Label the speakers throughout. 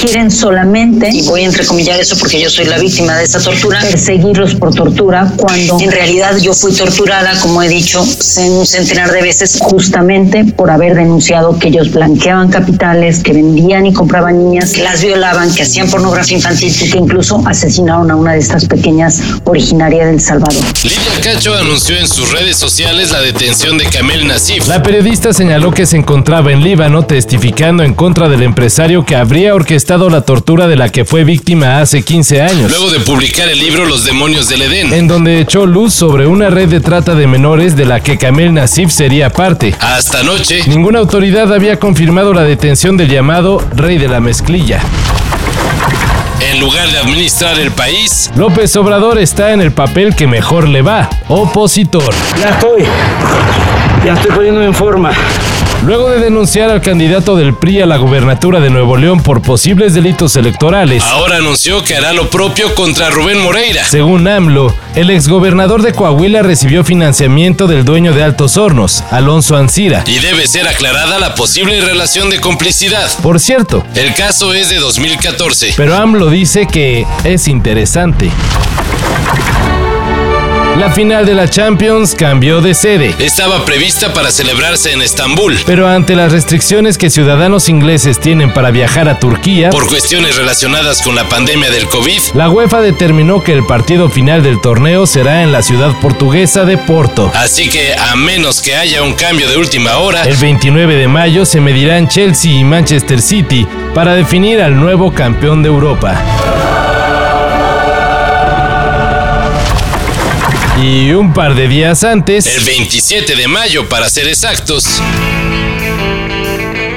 Speaker 1: quieren solamente,
Speaker 2: y voy a entrecomillar eso porque yo soy la víctima de esa tortura,
Speaker 1: perseguirlos por tortura cuando
Speaker 2: en realidad yo fui torturada, como he dicho, un centenar de veces.
Speaker 1: justamente por haber denunciado que ellos blanqueaban capitales, que vendían y compraban niñas,
Speaker 2: que Las violaban, que hacían pornografía
Speaker 1: y
Speaker 2: infantil.
Speaker 1: que incluso asesinaron a una de estas pequeñas originaria del Salvador.
Speaker 3: Livia Cacho anunció en sus redes sociales la detención de Kamel Nasif.
Speaker 4: La periodista señaló que se encontraba en Líbano testificando en contra del empresario que habría orquestado la tortura de la que fue víctima hace 15 años,
Speaker 3: Luego de publicar el libro Los demonios del Edén,
Speaker 4: en donde echó luz sobre una red de trata de menores de la que Kamel Nasif sería parte.
Speaker 3: hasta anoche,
Speaker 4: Ninguna autoridad había confirmado la detención del llamado Rey de la Mezclilla.
Speaker 3: en lugar de administrar el país,
Speaker 4: López Obrador está en el papel que mejor le va, opositor.
Speaker 5: Ya estoy. Ya estoy poniéndome en forma.
Speaker 4: Luego de denunciar al candidato del PRI a la gubernatura de Nuevo León por posibles delitos electorales,
Speaker 3: ahora anunció que hará lo propio contra Rubén Moreira.
Speaker 4: Según AMLO, el exgobernador de Coahuila recibió financiamiento del dueño de Altos Hornos, Alonso Ancira.
Speaker 3: Y debe ser aclarada la posible relación de complicidad.
Speaker 4: Por cierto,
Speaker 3: El caso es de 2014.
Speaker 4: pero AMLO dice que es interesante. La final de la Champions cambió de sede.
Speaker 3: Estaba prevista para celebrarse en Estambul.
Speaker 4: Pero ante las restricciones que ciudadanos ingleses tienen para viajar a Turquía,
Speaker 3: Por cuestiones relacionadas con la pandemia del COVID,
Speaker 4: la UEFA determinó que el partido final del torneo será en la ciudad portuguesa de Porto.
Speaker 3: así que a menos que haya un cambio de última hora,
Speaker 4: El 29 de mayo se medirán Chelsea y Manchester City para definir al nuevo campeón de Europa. Y un par de días
Speaker 3: el
Speaker 4: antes
Speaker 3: 27 de mayo para ser exactos,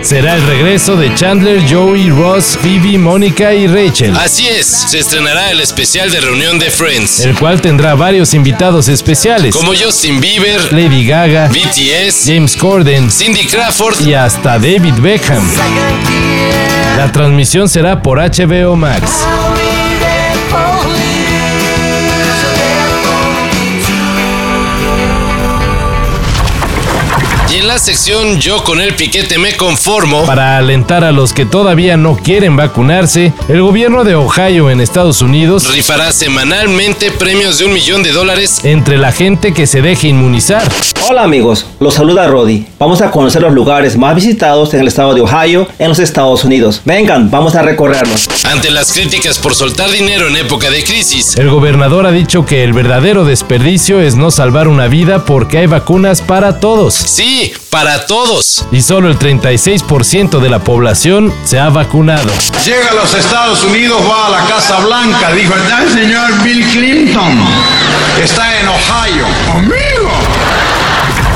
Speaker 4: será el regreso de Chandler, Joey, Ross, Phoebe, Mónica y Rachel,
Speaker 3: así es, se estrenará el especial de reunión de Friends,
Speaker 4: el cual tendrá varios invitados especiales
Speaker 3: como Justin Bieber,
Speaker 4: Lady Gaga,
Speaker 3: BTS,
Speaker 4: James Corden
Speaker 3: Cindy Crawford.
Speaker 4: y hasta David Beckham. La transmisión será por HBO Max.
Speaker 3: Y en la sección Yo con el piquete me conformo,
Speaker 4: Para alentar a los que todavía no quieren vacunarse, el gobierno de Ohio en Estados Unidos
Speaker 3: rifará semanalmente premios de un millón de dólares
Speaker 4: entre la gente que se deje inmunizar.
Speaker 6: Hola amigos, los saluda Roddy. Vamos a conocer los lugares más visitados en el estado de Ohio, en los Estados Unidos. Vengan, vamos a recorrerlos.
Speaker 3: ante las críticas por soltar dinero en época de crisis.
Speaker 4: El gobernador ha dicho que el verdadero desperdicio es no salvar una vida porque hay vacunas para todos.
Speaker 3: Sí, para todos.
Speaker 4: Y solo el 36% de la población se ha vacunado.
Speaker 7: Llega a los Estados Unidos, va a la Casa Blanca, dijo, está el señor Bill Clinton, está en Ohio. ¡Amigo!